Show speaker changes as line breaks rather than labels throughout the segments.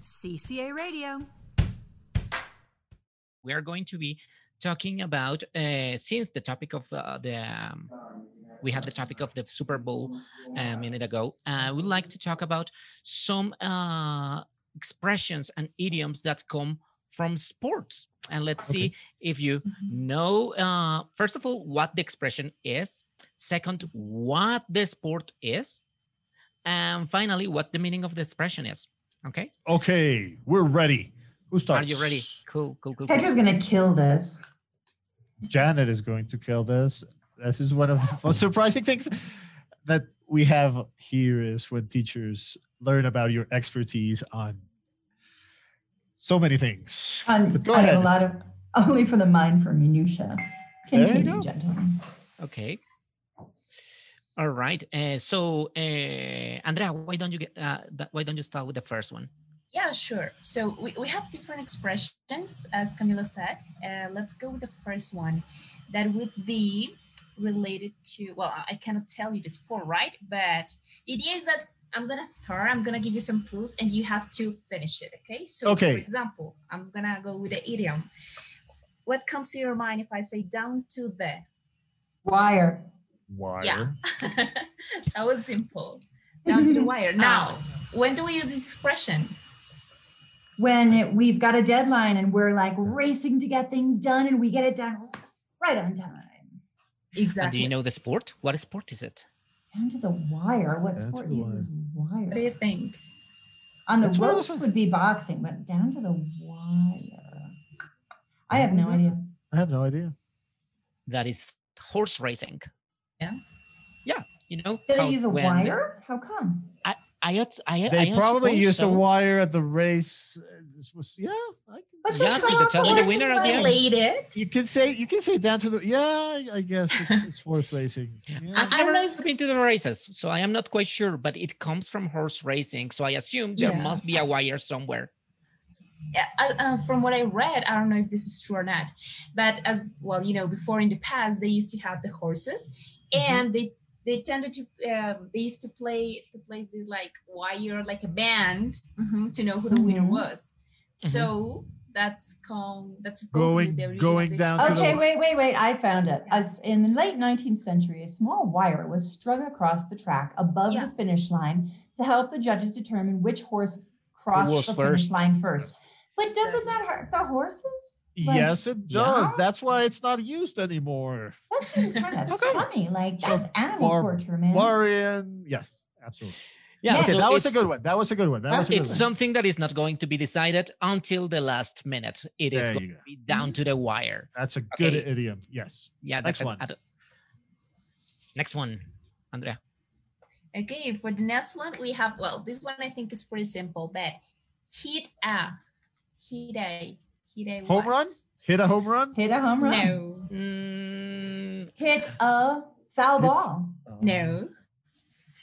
CCA Radio.
We are going to be talking about uh, since the topic of uh, the um, we had the topic of the Super Bowl uh, a minute ago. I would like to talk about some uh, expressions and idioms that come from sports, and let's see if you know. Uh, first of all, what the expression is. Second, what the sport is, and finally, what the meaning of the expression is. Okay,
Okay, we're ready. Who
are
starts?
you ready? Cool, cool, cool. cool.
Petra's gonna kill this.
Janet is going to kill this. This is one of the most surprising things that we have here is when teachers learn about your expertise on so many things.
On,
But go
on
ahead.
a lot of only for the mind for minutia.
There you
Continue,
go.
gentlemen.
Okay. All right. Uh, so, uh, Andrea, why don't you get? Uh, th- why don't you start with the first one?
Yeah, sure. So we, we have different expressions, as Camila said. Uh, let's go with the first one that would be related to, well, I- I cannot tell you the sport, right? But it is that I'm going to start, I'm going to give you some clues, and you have to finish it, okay? So,
Okay.
for example, I'm going to go with the idiom. What comes to your mind if I say down to the?
Wire.
Wire.
that was simple. Down to the wire. Now, when do we use this expression?
When it, we've got a deadline and we're like racing to get things done and we get it done right on time.
And do
Exactly.
you know the sport? What sport is it?
Down to the wire. What
Down to
sport
the wire.
uses
what do you
wire?
think?
On the
That's what I was
ropes would be boxing, but down to the wire. I have
Mm-hmm.
no idea.
I have no idea.
That is horse racing.
Yeah.
Yeah. You know.
Did
how-
they use a
when-
wire? How come?
I. als- I.
They
I
probably
suppose
used
so.
a wire at the race. Uh, This was yeah. I
But
can,
Yeah,
just
you
go
could
off
tell
the
the
list.
winner at the end.
related.
you can say you can say down to the yeah. I- I guess it's, it's horse racing. Yeah.
I've
I
never
don't know if-
been to the races, so I am not quite sure. But it comes from horse racing, so I assume there
Yeah.
must be a wire somewhere.
Yeah, I, uh, from what I read, I don't know if this is true or not, but as well, you know, before in the past they used to have the horses,
Mm-hmm.
and they they tended to um, they used to play the places like wire like a band mhm, to know who the winner
Mm-hmm.
Mhm.
was.
Mhm.
So that's come that's supposedly
Going-
the origin
going
of the
down to the
Okay,
expression.
wait, wait, wait. I found it. As in the late 19th century, a small wire was strung across the track above
Yeah.
the finish line to help the judges determine which horse
was
crossed the
first.
finish line first. But doesn't that hurt the horses? Like,
Yes, it
Yeah.
does. That's why it's not used anymore.
That seems kind of
Okay.
funny. Like
So,
that's animal
bar-
torture, man.
Warren. Yes, absolutely.
Yeah.
Okay,
so
that was a
it's-
good one. That was a good one. That was a good
It's
one.
something that is not going to be decided until the last minute. It is
There
going
you go.
to be down to the wire.
That's a good
Okay.
idiom. Yes.
Yeah,
Next
that's an
one.
ad- next one, Andrea.
Okay, for the next one we have well, this one I think is pretty simple, but hit a hit a hit a
Home
what?
run? Hit a home run?
Hit a home run.
No,
Mm,
Hit a foul
Hit-
ball.
Um,
Um,
no.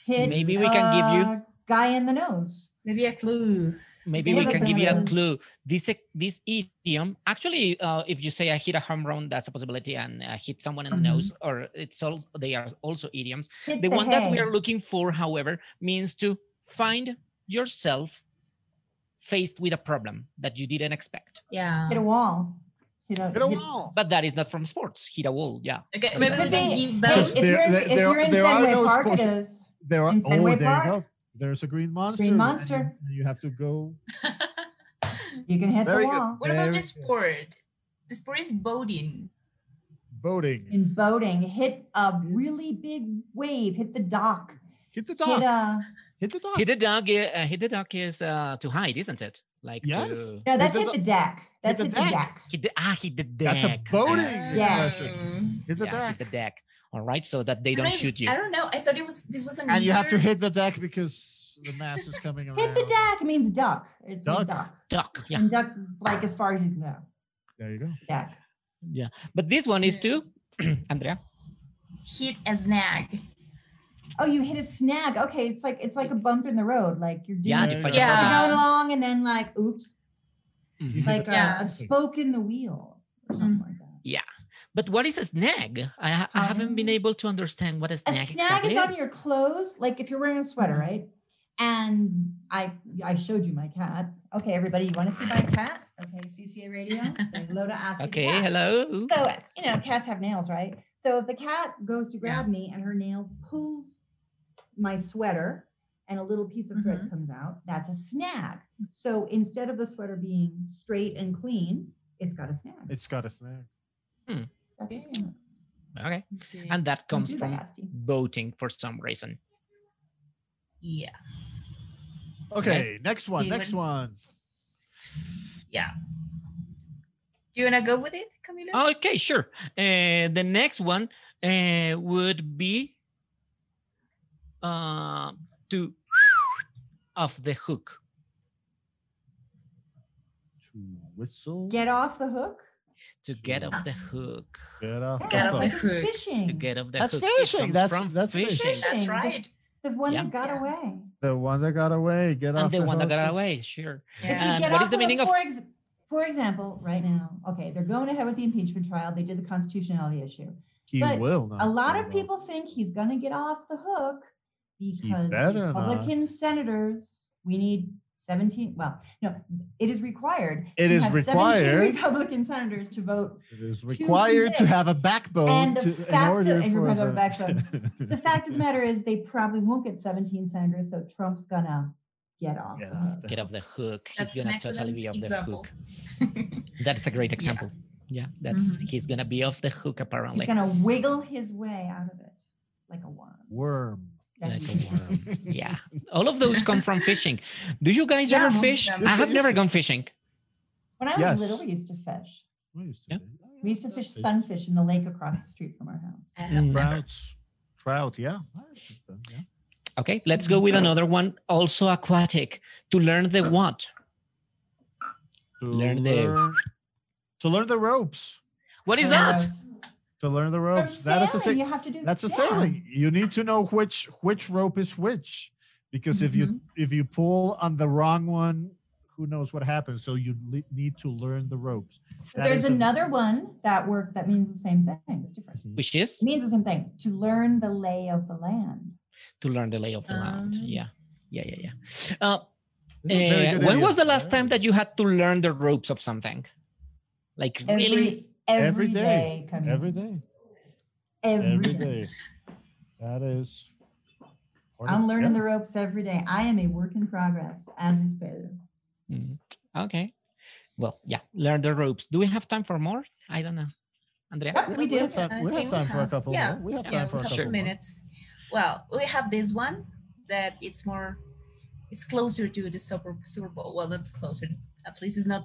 Hit
Maybe we can give you-
a guy in the nose.
Maybe a clue.
maybe
Yeah,
we
that's
can give you a
another-
clue. This e- this idiom actually, uh, if you say I hit a home run, that's a possibility, and uh, hit someone in the nose, or it's all they are also idioms.
Hit
Mm-hmm. The one that we
hay.
are looking for, however, means to find yourself faced with a problem that you didn't expect.
Yeah.
hit a wall. Hit a,
Hit a wall.
But that is not from sports. Hit a wall, yeah.
Okay,
Okay.
maybe we
Could
can
be. Hey,
give those.
Because
if you're in,
there-
if
there-
you're in
there are
Fenway
no
Park, it
sports-
is.
There are
In
oh
Fenway
there you
Park.
go. There's a green monster. and
monster.
You you have to go.
You can hit
Very
the
good.
wall.
What about
Very
the
good.
sport? The sport is boating.
Boating.
In boating, hit a really big wave, hit the dock,
Hit the
hit
dog.
a
Hit the dog.
Hit a dog. i- Uh, hit a dog is uh, to hide, isn't it? Like
Yes.
to-
no, that's
the
hit
dock.
the deck. That's
the
hit the
deck.
deck.
Hit the, ah, hit the deck.
That's a boating
Uh,
yes.
Yeah.
Um,
Hit the
Yeah,
deck.
hit the deck. All right, so that they
I
don't
don't-
shoot you.
I don't know. I thought it was this was an
And you have to
easier-
hit the deck because the mass is coming around.
Hit the deck means duck. It's
Duck.
a duck.
Duck. Yeah,
And duck like as far as you can go.
There you go.
Deck.
yeah. But this one is
Yeah.
too, Andrea.
hit a snag.
Oh, you hit a snag. Okay, it's like it's like a bump in the road. Like you're doing
Yeah,
There
to
you
find
go.
a
you're
problem.
Yeah.
going along and then like oops,
You
Mhm.
hit
like
the
a,
deck.
Yeah.
a spoke in the wheel or something like that.
But what is a snag? I, ha- I haven't been
Um,
able to understand what a
A
snag,
snag
exactly
is on
is.
your clothes, like if you're wearing a sweater,
Mhm.
right? And I I showed you my cat. Okay, everybody, you want to see my cat? Okay, CCA Radio. Say hello to Asi.
Okay,
the cat.
hello.
So you know, cats have nails, right? So if the cat goes to grab me and her nail pulls my sweater and a little piece of thread
Mhm.
comes out, that's a snag. So instead of the sweater being straight and clean, it's got a snag.
It's got a snag.
That's a snag. Don't
Okay.
Okay.
And that comes
do that,
from
Asti.
voting for some reason.
yeah.
Okay, next one.
You
Next
win.
one.
Yeah. Do you wanna go with it, Camila?
Okay, sure. Uh, the next one uh, would be uh, to off the hook.
To whistle.
Get off the hook.
To get
Sure.
off the hook.
Get off.
Yeah,
Get off the
that's
hook.
To
Fishing.
get off the
That's
hook. It
fishing.
comes
That's-
from
that's fishing.
That's
Fishing.
right.
The one
Yeah.
that got
Yeah.
away.
The one that got away. Get off.
And the one that
hook
got
is-
away, sure.
If you
Yeah.
And
get
Um, what
off
is the
of
meaning
a,
of-
for, ex- for example, right now, okay, they're going ahead with the impeachment trial. They did the constitutionality issue.
He
But
will not.
A
Oh,
lot
he
of
will.
people think he's going to get off the hook because
better not.
Republican senators, we need 17. Well, no, it is required.
It
to
is
have 17
required.
Republican senators to vote.
It is
to
required to
convict.
have a backbone
And the
to, in
fact
order
of- and
for
remember
the
backbone. The fact of the matter is, they probably won't get 17 senators, so Trump's going to get off.
Get
the
off
hook.
the
Get off the hook.
That's
He's
an
gonna totally be off
excellent example.
the hook. That's a great example. Yeah, that's
Mm-hmm.
he's gonna be off the hook apparently.
He's going to wiggle his way out of it like a worm.
worm.
Like
That's-
a worm. yeah, all of those come from fishing. Do you guys
Yeah,
ever
most of
fish?
them.
I have never
Yes.
gone fishing.
When I was
Yes.
little, we used to fish.
We used to Oh,
Yeah.
do that.
We used to fish
Okay.
sunfish in the lake across the street from our house.
I have
Mm.
never.
Trouts. Trout, yeah. Nice of them, yeah.
Okay, let's go with another one, also aquatic, to learn the what.
To
Learn the-
learn- to learn the ropes.
What is
From
that?
ropes.
To learn the
From
ropes. That is a
sailing,
sa-
you have to do.
that's a
yeah.
sailing. You need to know which which rope is which. Because if you if you pull on the wrong one, who knows what happens. So you le- need to learn the ropes. That
There's
is a-
another one that works that means the same thing. It's different.
Which is
It means the same thing to learn the lay of the land.
to learn the lay of the land.
Um,
Yeah, yeah, yeah, yeah. Uh,
This is very
eh,
good
when was
ideas.
the last time
Very
that you had to learn the ropes of something? Like really?
Every, every
Every
day.
day.
Camille.
good. every day?
every
Every
day.
day. That is. part of-
I'm learning
yeah.
the ropes every day. I am a work in progress, as is Pedro.
Mm, Okay. Well, yeah, learn the ropes. Do we have time for more? I don't know. Andrea?
Yep, we do.
have time-
I
We have
think we
time for a
have-
couple
yeah,
more. We have
Yeah,
time for a
we have
couple
two
more.
minutes. Well, we have this one that it's more, it's closer to the Super Super Bowl. Well, not closer. At least it's not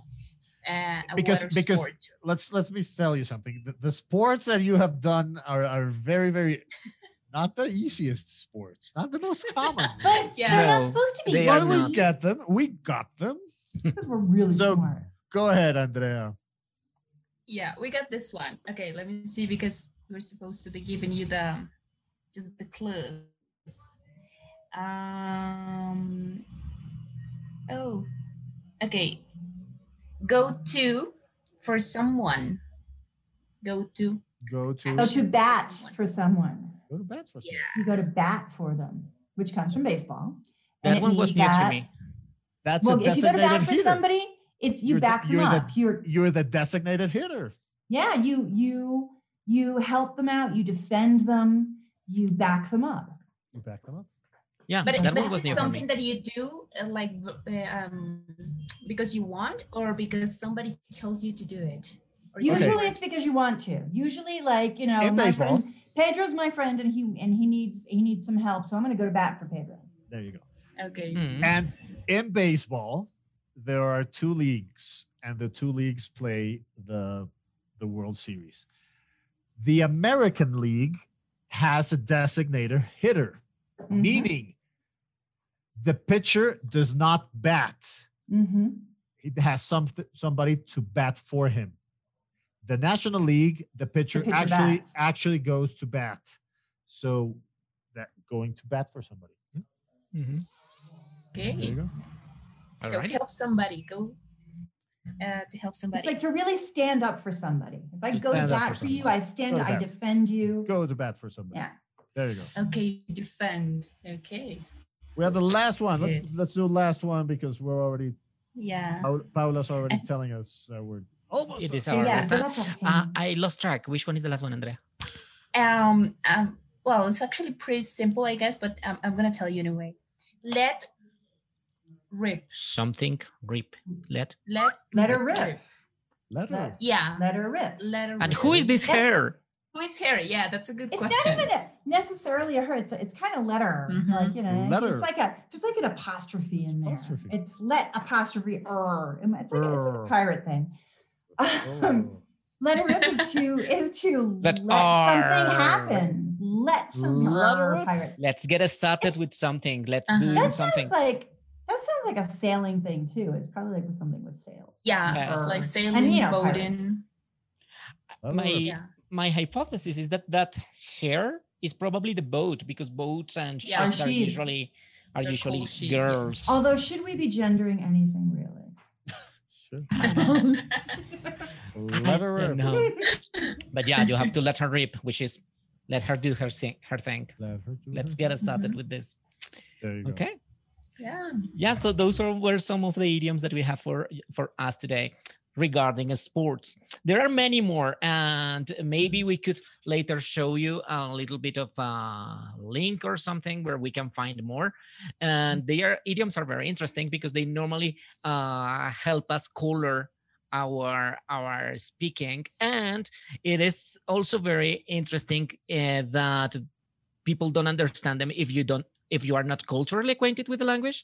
uh, a
Because-
water
because-
sport.
let's let me tell you something. The, the sports that you have done are are very very not the easiest sports, not the most common. ones.
Yeah.
They're
No,
not supposed to be.
they
but
are
we
not.
get them. We got them.
Because we're really
So-
smart.
Go ahead, Andrea.
Yeah, we got this one. Okay, let me see because we're supposed to be giving you the just the clues. Um oh okay. Go to for someone. Go to
Go to
Go
Actually,
to bat
someone.
for someone.
go to bats for a second.
You go to bat for them, which comes from baseball. and
That
it
one was
means
new to
that-
me.
That's
well,
a
if you go to
designated
bat for
hitter.
somebody, it's you
You're the-
back them
you're the-
up. You're
You're the designated hitter.
yeah, you you you help them out. You defend them. You back them up.
You back them up.
Yeah,
but,
that
but
one
is
was
it
new for me.
something that you do uh, like v- uh, um because you want or because somebody tells you to do it? Or you-
Okay.
Usually, it's because you want to. Usually, like you know,
In
Oh, my
baseball.
friend Pedro's my friend, and he and he needs he needs some help, so I'm going to go to bat for Pedro.
There you go.
Okay.
Mm.
And in baseball, there are two leagues, and the two leagues play the the World Series. The American League has a designated hitter,
Mm-hmm.
Mm-hmm. meaning the pitcher does not bat.
Mm-hmm.
He has something somebody to bat for him. The National League, the pitcher,
pitcher
actually
bats.
actually goes to bat. So that going to bat for somebody. Yeah,
Mhm.
Okay.
There you go.
So
Alright.
help somebody. Go uh, to help
It's
somebody.
like to really stand up for somebody. If I
To
go to
stand up
bat
for
for you,
somebody.
I stand.
Go to
I
bat.
defend you.
Go to bat for somebody.
Yeah.
There you go.
okay, defend. Okay.
We have the last one. Let's let's do the last one because we're already
Yeah.
Paul- Paula's already telling us that we're almost.
It
done.
is our
yeah,
last
so
one.
that's okay.
Uh, I lost track. Which one is the last one, Andrea?
Um, um, well, it's actually pretty simple, I guess, but um, I'm gonna tell you anyway. Let rip.
Something rip. Let.
Let
let her rip.
Let her.
Yeah.
Let her rip.
Let her.
And
rip.
who is this
Yes.
hair?
Who is here? Yeah, that's a good
It's
question.
not even a, necessarily a her. It's it's kind of letter,
Mhm.
like you know,
Letter.
it's like a there's like an apostrophe in there.
Apostrophe.
It's let apostrophe er. Am I- It's like, a, it's like a
Er.
pirate thing. Um,
Oh.
let her rip is to is to
Let
let,
er.
something happen. Let something
Let
er
her rip.
pirate.
Let's get us started with something. Let's
Uh-huh.
do
That
something.
sounds like that sounds like a sailing thing too. It's probably like with something with sails. Er.
Yeah,
Yeah.
like
Or-
sailing,
Uh, and, you know,
boating.
Let her
My-
rip.
Yeah.
My hypothesis is that that hair is probably the boat because boats and
Yeah.
ships are
She's-
usually are
They're
usually
called she- yeah.
girls.
Although, should we be gendering anything really? Um,
Shit.
I
Let her
don't
rip.
know. But yeah, you have to let her rip, which is let her do her thing. Her thing.
Let her do
Let's
her.
get us started
Mm-hmm.
Mhm.
with this.
There you go.
Okay.
Yeah.
Yeah. So those are, were some of the idioms that we have for for us today regarding uh, sports. There are many more, and maybe we could later show you a little bit of a link or something where we can find more. And their idioms are very interesting because they normally uh, help us color our our speaking and it is also very interesting uh, that people don't understand them if you don't if you are not culturally acquainted with the language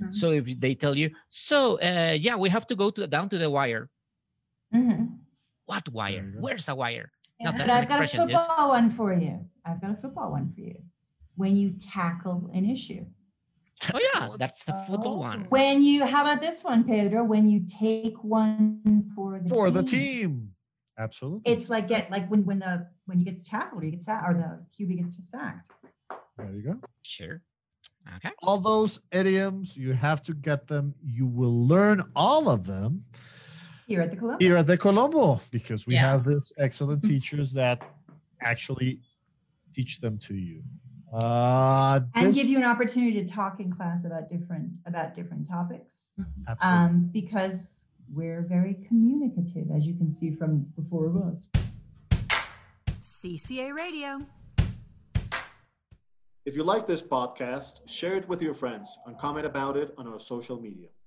Mhm.
so if they tell you so uh, yeah we have to go to down to the wire
Mhm.
what wire
you go.
where's a wire Now
Yeah.
that's
So
an
I've got a
expression,
football
yes.
one for you. I've got a football one for you. When you tackle an issue.
oh yeah that's the football one
Oh.
When you, how about this one, Pedro? When you take one for the
For the
team.
team. Absolutely.
It's like get like when when the when you get tackled or you get sacked or the QB gets sacked.
there you go.
sure okay
all those idioms. You have to get them. You will learn all of them
Here at the Columbia.
here at the Colombo because we
Yeah.
have these excellent teachers that actually teach them to you. Uh,
And
this-
give you an opportunity to talk in class about different about different topics.
Mm-hmm.
Absolutely.
Um, because we're very communicative, as you can see from the four of us.
CCA Radio.
If you like this podcast, share it with your friends and comment about it on our social media.